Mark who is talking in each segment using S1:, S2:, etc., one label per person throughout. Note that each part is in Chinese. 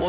S1: 我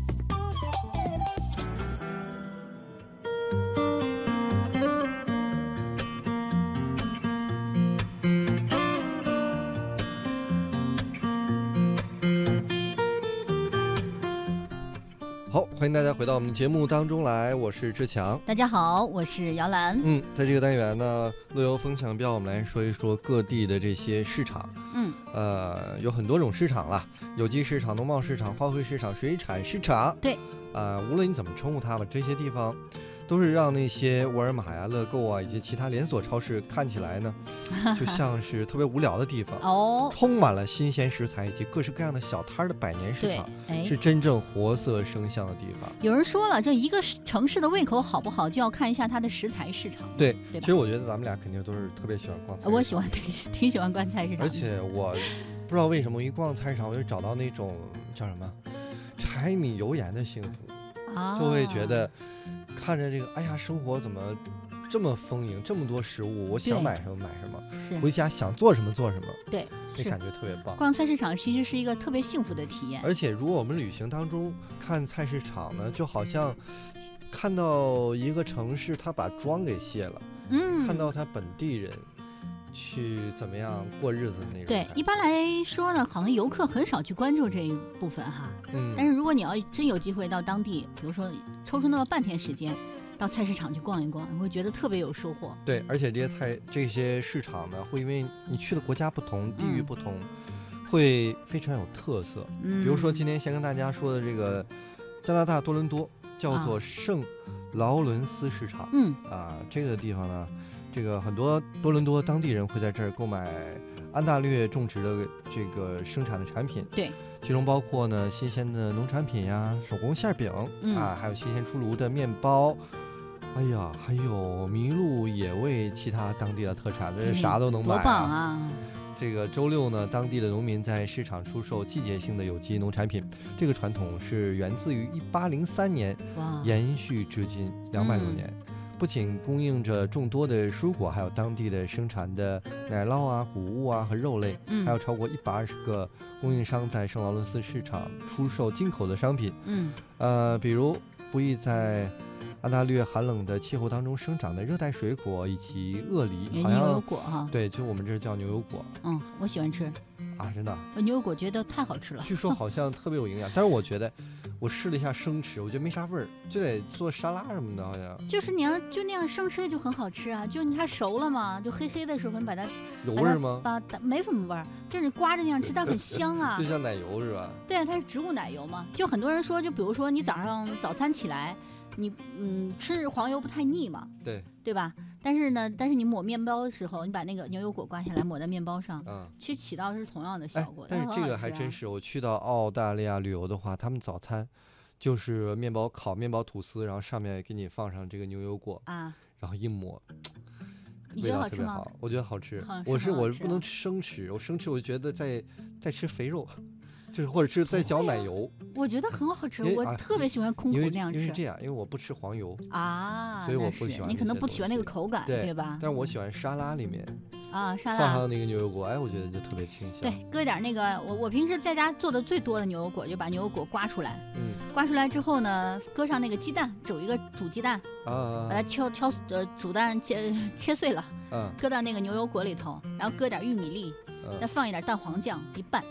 S2: 好，欢迎大家回到我们的节目当中来，我是志强。
S3: 大家好，我是姚兰。
S2: 嗯，在这个单元呢，乐游风向标，我们来说一说各地的这些市场。
S3: 嗯，
S2: 呃，有很多种市场啦，有机市场、农贸市场、花卉市场、水产市场。
S3: 对，
S2: 啊、无论你怎么称呼它吧，这些地方都是让那些沃尔玛呀、乐购啊以及其他连锁超市看起来 呢，就像是特别无聊的地方，
S3: 哦，
S2: 充满了新鲜食材以及各式各样的小摊儿的百年市
S3: 对
S2: 场，，
S3: 哎
S2: 是，真正活色生香的地方。
S3: 有人说了，这一个市城市的胃口好不好，就要看一下它的食材市场。
S2: 对，
S3: 对吧
S2: 其实我觉得咱们俩肯定都是特别喜欢逛菜市
S3: 呃
S2: 场，
S3: 我喜欢， 挺挺喜欢逛菜市场的。
S2: 而且我不知道为什么我一逛菜市场，我就找到那种叫什么柴米油盐的幸福，
S3: 啊，
S2: 就会觉得看着这个，哎呀，生活怎么这么丰盈，这么多食物，我想
S3: 对
S2: 买什么买什么，
S3: 是
S2: 回家想做什么做什么，
S3: 对，
S2: 这
S3: 是
S2: 感觉特别棒。
S3: 逛菜市场其实是一个特别幸福的体验。
S2: 而且如果我们旅行当中看菜市场呢，就好像看到一个城市，它把妆给卸了。
S3: 嗯，
S2: 看到他本地人去怎么样过日子的那种。
S3: 对，一，般来说呢，好像游客很少去关注这一部分哈。
S2: 嗯，
S3: 但是如果你要真有机会到当地，比如说抽出那么半天时间，到菜市场去逛一逛，你会觉得特别有收获。
S2: 对，而且这些菜这些市场呢，会因为你去的国家不同、地域
S3: 嗯
S2: 不同，会非常有特色。
S3: 嗯，
S2: 比如说今天先跟大家说的这个加拿大多伦多叫
S3: 啊
S2: 做圣劳伦斯市场
S3: 嗯，
S2: 啊，这个地方呢，这个很多多伦多当地人会在这儿购买安大略种植的这个生产的产品，
S3: 对，
S2: 其中包括呢新鲜的农产品呀、手工馅儿饼、
S3: 嗯
S2: 啊，还有新鲜出炉的面包。哎呀，还有麋鹿、野味，其他当地的特产，这是啥都能买、
S3: 嗯多棒！啊！
S2: 这个周六呢，当地的农民在市场出售季节性的有机农产品，这个传统是源自于1803年，
S3: 哇，
S2: 延续至今两百多
S3: 啊嗯
S2: 年。不仅供应着众多的蔬果，还有当地的生产的奶酪啊、谷物啊和肉类，
S3: 嗯
S2: 还有超过一百二十个供应商在圣劳伦斯市场出售进口的商品。
S3: 嗯，
S2: 呃，比如不易在安大略寒冷的气候当中生长的热带水果以及鳄梨，
S3: 有
S2: 好
S3: 哎牛油
S2: 像
S3: 果哈，
S2: 对，就我们这儿叫牛油果
S3: 嗯，我喜欢吃，
S2: 啊， 真的，
S3: 我牛油果觉得太好吃了。
S2: 据说好像特别有营养，但是我觉得我试了一下生吃，我觉得没啥味儿，就得做沙拉什么的，好像
S3: 就是你要就那样生吃就很好吃啊，就是你它熟了嘛，就黑黑的时候你把它
S2: 有
S3: 把
S2: 味
S3: 它
S2: 儿吗？
S3: 把它没什么味儿，就是你刮着那样吃，它很香啊
S2: 就。像奶油是吧？
S3: 对，啊它是植物奶油嘛。就很多人说，就比如说你早上早餐起来，你嗯吃黄油不太腻嘛，
S2: 对，
S3: 对吧？但是呢，但是你抹面包的时候，你把那个牛油果刮下来抹在面包上，
S2: 嗯，
S3: 其实起到是同样的效
S2: 哎
S3: 果。，
S2: 但是
S3: 它很
S2: 这
S3: 好
S2: 个
S3: 吃
S2: 还真
S3: 啊。
S2: 是，我去到澳大利亚旅游的话，他们早餐就是面包烤面包吐司，然后上面给你放上这个牛油果，
S3: 啊，
S2: 然后一抹，
S3: 你觉
S2: 味
S3: 得
S2: 道
S3: 好吃
S2: 特别
S3: 吗？嗯
S2: 好，我觉得好吃
S3: 好。
S2: 我
S3: 是
S2: 是
S3: 很好
S2: 我
S3: 吃
S2: 不能
S3: 啊
S2: 吃生吃，我生吃我觉得在在吃肥肉，就是或者是在嚼奶油，
S3: 我觉得很好吃，
S2: 因为
S3: 我
S2: 啊
S3: 特别喜欢空口
S2: 因为
S3: 那样
S2: 因为是
S3: 吃
S2: 这样，因为我不吃黄油，
S3: 啊。
S2: 所以
S3: 那
S2: 我不
S3: 是
S2: 喜欢
S3: 你
S2: 这
S3: 可能
S2: 些
S3: 不
S2: 东
S3: 喜欢那个
S2: 西
S3: 口感，
S2: 对
S3: 吧？
S2: 但是我喜欢沙拉里面
S3: 啊，沙
S2: 放
S3: 拉
S2: 上那个牛油果，哎，我觉得就特别清香
S3: 对。，搁一点那个我我平时在家做的最多的牛油果，就把牛油果刮出来，
S2: 嗯
S3: 刮出来之后呢，搁上那个鸡蛋，煮一个煮鸡蛋，
S2: 啊
S3: 把它敲敲呃煮蛋切 切碎了，
S2: 啊啊
S3: 搁到那个牛油果里头，然后搁点玉米粒，再
S2: 啊！
S3: 放一点蛋黄酱一拌，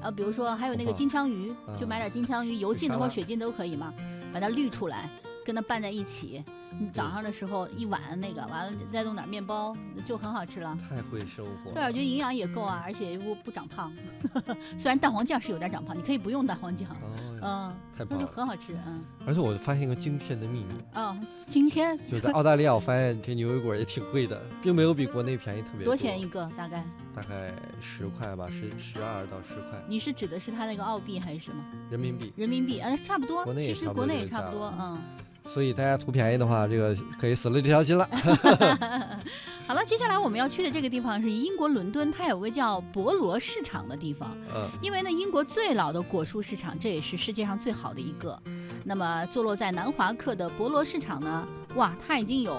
S3: 然后比如说还有那
S2: 好
S3: 个
S2: 棒
S3: 金枪鱼，
S2: 啊
S3: 就买点金枪鱼，油
S2: 是
S3: 浸的
S2: 沙
S3: 或
S2: 拉
S3: 水浸都可以嘛，把它滤出来，跟它拌在一起。
S2: 嗯
S3: 你早上的时候一碗那个，完了再弄点面包，就很好吃了。
S2: 太会生活
S3: 对，
S2: 了
S3: 我。觉得营养也够啊，而且又不不长胖。 虽然蛋黄酱是有点长胖，你可以不用蛋黄酱，
S2: 哦哟
S3: 嗯，
S2: 太
S3: 但
S2: 棒
S3: 是
S2: 了！
S3: 很好吃，嗯，
S2: 而且我发现一个惊天的秘密，
S3: 哦，今天
S2: 就是 在澳大利亚，我发现这牛油果也挺贵的，并没有比国内便宜特别
S3: 多少钱一个？大概
S2: 大概十块吧，十十二到十块
S3: 你是指的是它那个澳币还是什么
S2: 人民币。
S3: 人民币？啊，差不多，
S2: 国内也
S3: 其
S2: 差
S3: 实
S2: 不
S3: 国
S2: 多
S3: 内
S2: 这
S3: 也
S2: 个
S3: 差
S2: 价
S3: 不多，嗯，
S2: 所以大家图便宜的话，这个可以死了这条 心了。
S3: 好了，接下来我们要去的这个地方是英国伦敦，它有个叫博罗市场的地方。
S2: 嗯，
S3: 因为呢，英国最老的果蔬市场，这也是世界上最好的一个。那么坐落在南华克的博罗市场呢，哇，它已经有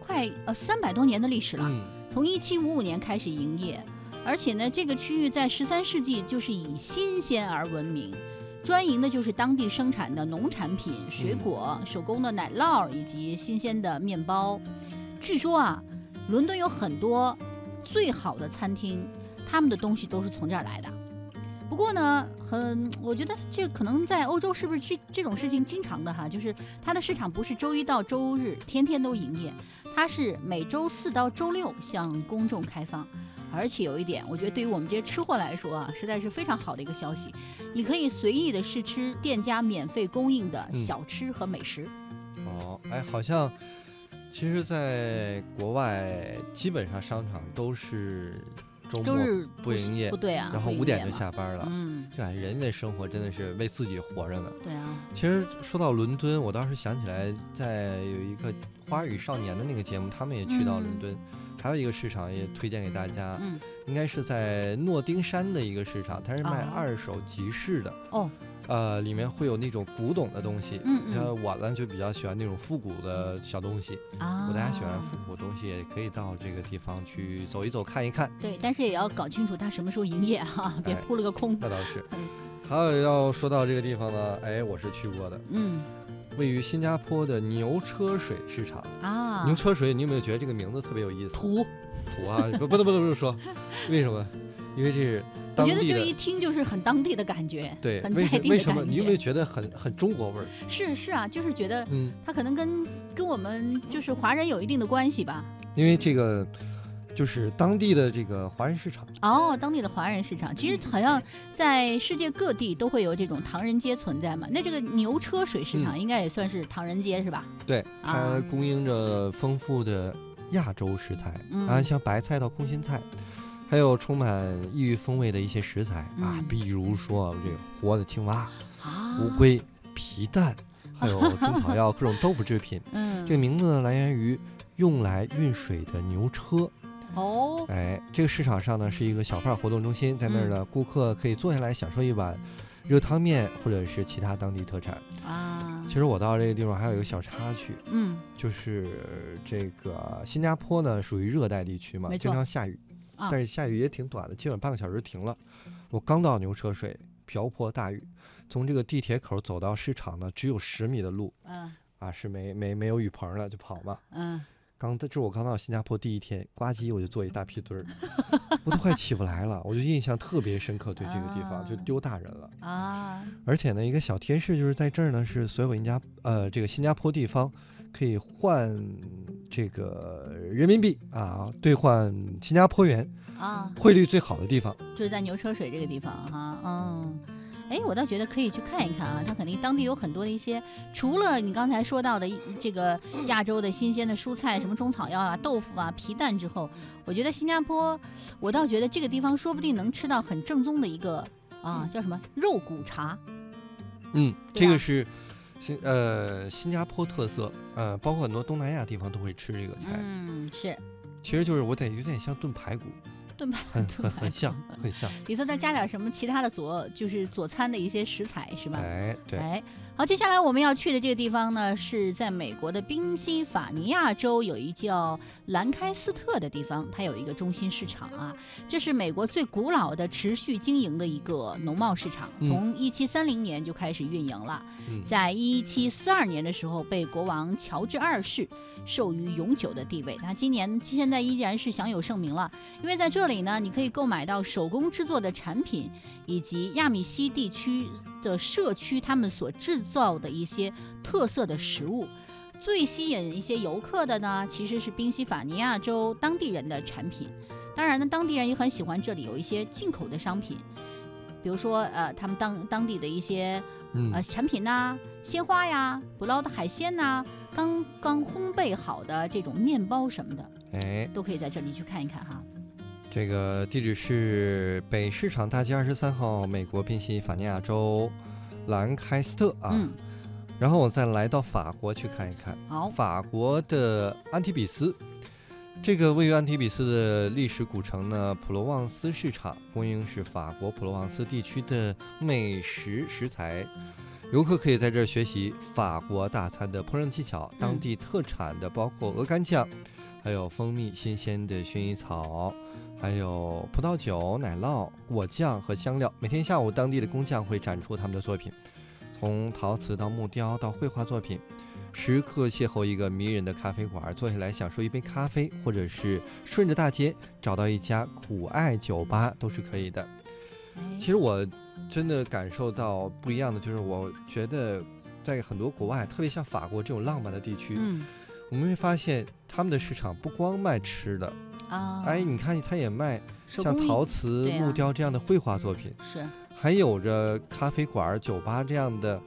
S3: 快呃三百多年的历史了，
S2: 嗯，
S3: 从一七五五年开始营业。而且呢，这个区域在十三世纪就是以新鲜而闻名，专营的就是当地生产的农产品、水果、手工的奶酪以及新鲜的面包。据说啊，伦敦有很多最好的餐厅，他们的东西都是从这儿来的。不过呢，很，我觉得这可能在欧洲是不是这这种事情经常的哈？就是它的市场不是周一到周日天天都营业，它是每周四到周六向公众开放。而且有一点，我觉得对于我们这些吃货来说啊，实在是非常好的一个消息。你可以随意的试吃店家免费供应的
S2: 嗯
S3: 小吃和美食。
S2: 哦，哎，好像其实，在国外基本上商场都是周
S3: 周
S2: 末，
S3: 日
S2: 不
S3: 是
S2: 营业
S3: 不对啊，
S2: 然后
S3: 不营
S2: 五
S3: 业
S2: 点就
S3: 嘛。
S2: 下班了。
S3: 嗯，
S2: 这人类生活真的是为自己活着呢。
S3: 对啊，
S2: 其实说到伦敦，我倒是想起来，在有一个《花儿与少年》的那个节目，他们也去到伦
S3: 嗯
S2: 敦，还有一个市场也推荐给大家，
S3: 嗯，
S2: 应该是在诺丁山的一个市场，它是卖
S3: 哦
S2: 二手集市的。
S3: 哦，
S2: 呃，里面会有那种古董的东西。
S3: 嗯嗯
S2: 像我呢就比较喜欢那种复古的小东西。
S3: 啊，
S2: 我大家喜欢复古的东西，也可以到这个地方去走一走、看一看。
S3: 对，但是也要搞清楚它什么时候营业哈、别
S2: 哎
S3: 扑了个空。
S2: 那倒是
S3: 嗯。
S2: 还有要说到这个地方呢，哎，我是去过的，
S3: 嗯
S2: 位于新加坡的牛车水市场。
S3: 啊，
S2: 牛车水，你有没有觉得这个名字特别有意思？
S3: 图，
S2: 土啊，不不能不能不 能说，为什么？因为这是
S3: 我
S2: 当
S3: 觉得
S2: 地
S3: 这一
S2: 的。
S3: 听就是很当地的感觉，
S2: 对，
S3: 很
S2: 为
S3: 在
S2: 什
S3: 地
S2: 为
S3: 的
S2: 什么？
S3: 感
S2: 你有没有
S3: 觉。
S2: 觉得很很中国味儿？
S3: 是是啊，就是觉得
S2: 嗯，
S3: 它可能跟跟我们就是华人有一定的关系吧。
S2: 因为这个就是当地的这个华人市场，
S3: 哦，当地的华人市场，其
S2: 嗯
S3: 实好像在世界各地都会有这种唐人街存在嘛。那这个牛车水市
S2: 嗯
S3: 场应该也算是唐人街是吧？
S2: 对，它
S3: 啊
S2: 供应着丰富的亚洲食材
S3: 嗯
S2: 啊，像白菜到空心菜，还有充满异域风味的一些食材啊
S3: 嗯，
S2: 比如说这个活的青蛙、
S3: 啊
S2: 乌，龟、皮蛋，还有中草药、各种豆腐制品。
S3: 嗯
S2: 这，个名字呢来源于用来运水的牛车。
S3: 哦，
S2: 哎，这个市场上呢是一个小贩儿活动中心，在那儿呢，
S3: 嗯
S2: 顾客可以坐下来享受一碗热汤面或者是其他当地特产。
S3: 啊，
S2: 其实我到这个地方还有一个小插曲，
S3: 嗯
S2: 就是这个新加坡呢属于热带地区嘛，
S3: 没错
S2: 经常下雨，
S3: 啊
S2: 但是下雨也挺短的，基本半个小时就停了。我刚到牛车水，瓢泼大雨，从这个地铁口走到市场呢只有十米的路
S3: 嗯
S2: 啊，是没没没有雨棚了就跑嘛。
S3: 嗯，
S2: 刚这是我刚到新加坡第一天，呱唧我就坐一大屁墩儿， 我都快起不来了，我就印象特别深刻，对这个地方就
S3: 啊
S2: 丢大人了。
S3: 啊，
S2: 而且呢，一个小贴士就是在这儿呢，是所有人家呃这个新加坡地方可以换这个人民币啊，兑换新加坡元，
S3: 啊，
S2: 汇率最好的地方。
S3: 就是在牛车水这个地方哈、嗯。哎，我倒觉得可以去看一看啊，它肯定当地有很多的一些，除了你刚才说到的一这个亚洲的新鲜的蔬菜，什么中草药啊、豆腐啊、皮蛋之后，我觉得新加坡，我倒觉得这个地方说不定能吃到很正宗的一个啊，叫什么肉骨茶
S2: 嗯，
S3: 对啊
S2: 这个
S3: 吧
S2: 是新呃新加坡特色，呃，包括很多东南亚地方都会吃这个菜，
S3: 嗯，是
S2: 其实就是我得有点像炖排骨，
S3: 炖排
S2: 很
S3: 炖
S2: 很
S3: 排
S2: 很像
S3: 骨
S2: 很像，
S3: 里头再加点什么其他的佐，就是佐餐的一些食材是吧？
S2: 哎对，
S3: 哎，好，接下来我们要去的这个地方呢，是在美国的宾夕法尼亚州有一叫兰开斯特的地方，它有一个中心市场啊，这是美国最古老的持续经营的一个农贸市场，
S2: 嗯
S3: 从一七三零年就开始运营了，
S2: 嗯
S3: 在一七四二年的时候被国王乔治二世授予永久的地位，那今年现在依然是享有盛名了，因为在这里呢，你可以购买到手工制作的产品，以及亚米西地区的社区他们所制造的一些特色的食物。最吸引一些游客的呢，其实是宾夕法尼亚州啊当地人的产品。当然呢，当地人也很喜欢这里有一些进口的商品，比如说呃，他们当当地的一些
S2: 嗯
S3: 呃产品呐、鲜花呀、捕捞的海鲜呐、刚刚烘焙好的这种面包什么的，
S2: 哎，
S3: 都可以在这里去看一看哈。
S2: 这个地址是北市场大街二十三号，美国宾夕法尼亚州兰开斯特啊。
S3: 嗯，哦
S2: 然后我再来到法国去看一看
S3: 好，
S2: 法国的安提比斯。这个位于安提比斯的历史古城呢，普罗旺斯市场供应是法国普罗旺斯地区的美食食材。游客可以在这儿学习法国大餐的烹饪技巧，当地特产的包括鹅肝酱，还有蜂蜜、新鲜的薰衣草，还有葡萄酒、奶酪、果酱和香料。每天下午，当地的工匠会展出他们的作品，从陶瓷到木雕到绘画作品。时刻邂逅一个迷人的咖啡馆，坐下来享受一杯咖啡，或者是顺着大街找到一家苦艾酒吧都是可以的。
S3: 哎
S2: 其实我真的感受到不一样的，就是我觉得在很多国外，特别像法国这种浪漫的地区，
S3: 嗯
S2: 我们会发现他们的市场不光卖吃的，
S3: 啊，
S2: 哎，你看他也卖
S3: 手
S2: 像
S3: 工艺
S2: 陶瓷、
S3: 对啊
S2: 木雕这样的绘画作品，
S3: 是
S2: 还有着咖啡馆儿、酒吧这样的，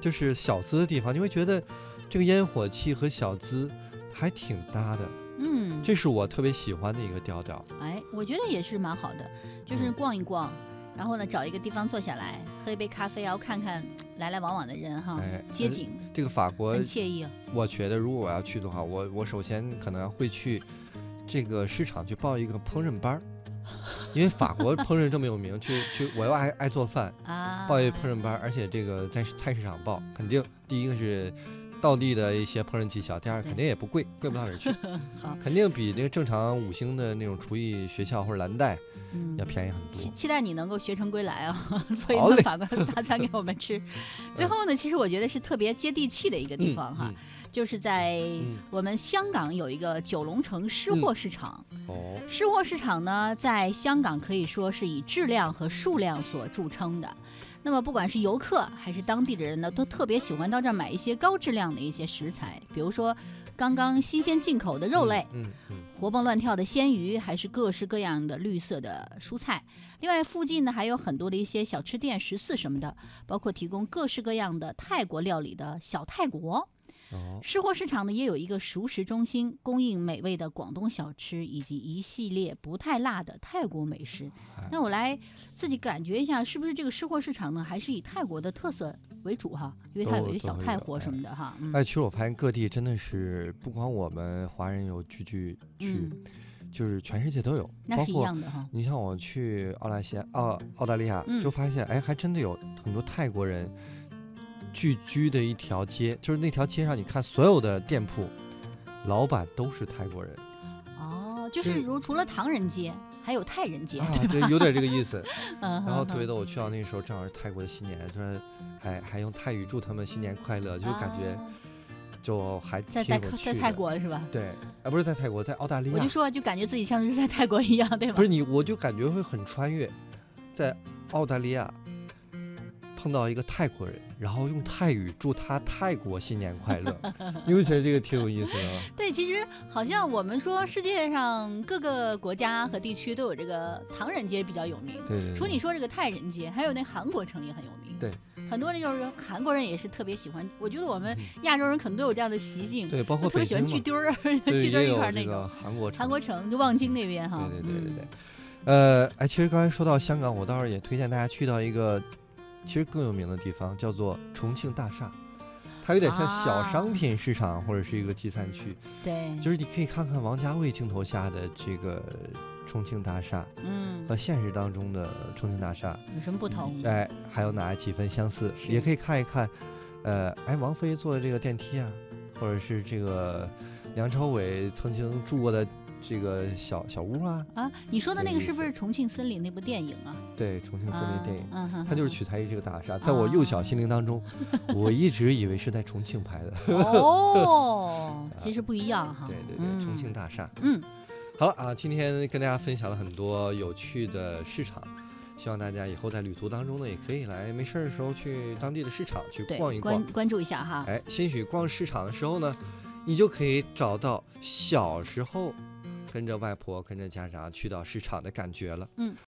S2: 就是小资的地方，你会觉得这个烟火气和小资还挺搭的，
S3: 嗯，
S2: 这是我特别喜欢的一个调调。
S3: 哎，我觉得也是蛮好的，就是
S2: 嗯
S3: 逛一逛，然后呢找一个地方坐下来，喝一杯咖啡，然后看看来来往往的人哈
S2: 哎，
S3: 街
S2: 呃
S3: 景
S2: 这个法国
S3: 很惬意啊。
S2: 我觉得如果我要去的话，我我首先可能要会去这个市场去报一个烹 饪班儿，因为法国烹饪这么有名，去去我又爱爱做饭，
S3: 啊，
S2: 报一个烹饪班儿，而且这个在菜市场报，肯定第一个是道地的一些烹饪技巧，第二
S3: 对
S2: 肯定也不贵，贵不到哪儿去
S3: 好，
S2: 肯定比那个正常五星的那种厨艺学校或者蓝带
S3: 嗯
S2: 要便宜很
S3: 期
S2: 多。
S3: 期待你能够学成归来啊， 做一
S2: 好
S3: 顿
S2: 嘞嗯
S3: 法国的大餐给我们 吃。最后呢，其实我觉得是特别接地气的一个地方哈，就是在
S2: 嗯
S3: 我们香港有一个九龙城湿货市场，
S2: 哦，
S3: 湿货市场呢，在香港可以说是以质量和数量所著称的。那么，不管是游客还是当地的人呢，都特别喜欢到这儿买一些高质量的一些食材，比如说刚刚新鲜进口的肉类，
S2: 嗯嗯
S3: 活蹦乱跳的鲜鱼，还是各式各样的绿色的蔬菜。另外，附近呢还有很多的一些小吃店、食肆什么的，包括提供各式各样的泰国料理的小泰国。
S2: 哦，
S3: 吃货市场呢也有一个熟食中心，供应美味的广东小吃以及一系列不太辣的泰国美食。
S2: 哎
S3: 那我来自己感觉一下，是不是这个吃货市场呢，还是以泰国的特色为主哈？因为它有一个小泰国什么的哈。嗯
S2: 哎，其实我发现各地真的是不光我们华人有聚聚去。
S3: 嗯，
S2: 就是全世界都有，
S3: 那
S2: 包
S3: 是一
S2: 括
S3: 样的哈。
S2: 你像我去澳大西亚、澳澳大利亚，
S3: 嗯
S2: 就发现哎，还真的有很多泰国人聚居的一条街，就是那条街上，你看所有的店铺，老板都是泰国人
S3: 哦，就是
S2: 对
S3: 如除了唐人街，还有泰人街，
S2: 啊
S3: 对，
S2: 这有点这个 意思。
S3: 嗯，
S2: 然后特别
S3: 的
S2: 逗，我去到那时候正好是泰国的新年，突然还还用泰语祝他们新年快乐，就感觉就还挺
S3: 哦在在
S2: 有趣
S3: 在
S2: 的
S3: 泰国是吧？
S2: 对，啊不是在泰国，在澳大利
S3: 我
S2: 亚
S3: 就，说，就感觉自己像是在泰国一样，对吧？
S2: 不是你，我就感觉会很穿越，在澳大利亚碰到一个泰国人，然后用泰语祝他泰国新年快 乐，你不觉得这个挺有意思的吗？
S3: 对，其实好像我们说世界上各个国家和地区都有这个唐人街比较有名，
S2: 对对
S3: 除你
S2: 对，
S3: 说这个泰人街，还有那韩国城也很有名。
S2: 对，
S3: 很多那就是韩国人也是特别喜欢，我觉得我们亚洲人可能都有这样的习性，
S2: 嗯对，包括
S3: 特别
S2: 北
S3: 喜欢
S2: 京
S3: 聚
S2: 嘛，
S3: 堆儿，
S2: 对，
S3: 聚堆儿
S2: 也
S3: 一
S2: 有
S3: 块儿那
S2: 这
S3: 种。
S2: 个韩国城，
S3: 韩国城就望京那边哈，
S2: 对对对对
S3: 嗯
S2: 对，呃，哎，其实刚才说到香港，我倒是也推荐大家去到一个其实更有名的地方，叫做重庆大厦。它有点像小
S3: 啊
S2: 商品市场或者是一个集散区，
S3: 嗯对，
S2: 就是你可以看看王家卫镜头下的这个重庆大厦，
S3: 嗯，
S2: 和现实当中的重庆大厦，
S3: 有什么不同？
S2: 哎，还有哪几分相似？
S3: 嗯是
S2: 也可以看一看，呃，哎，王菲坐的这个电梯啊，或者是这个梁朝伟曾经住过的这个小小屋啊，
S3: 啊，你说的那
S2: 有
S3: 个
S2: 意
S3: 是不是
S2: 思
S3: 《重庆森林》那部电影啊？
S2: 对，重庆森林电影。
S3: 啊，嗯哼，
S2: 它就是
S3: 哼
S2: 取材于这个大厦，在我幼小心灵当中，我一直以为是在重庆拍的。
S3: 哦，其实不一样哈。
S2: 对对对，重庆大厦。
S3: 嗯，
S2: 好了啊，今天跟大家分享了很多有趣的市场，希望大家以后在旅途当中呢，也可以来没事儿的时候去当地的市场去
S3: 对，
S2: 逛一逛
S3: 关。关注一下哈。
S2: 哎，兴许逛市场的时候呢，你就可以找到小时候跟着外婆、跟着家长去到市场的感觉了。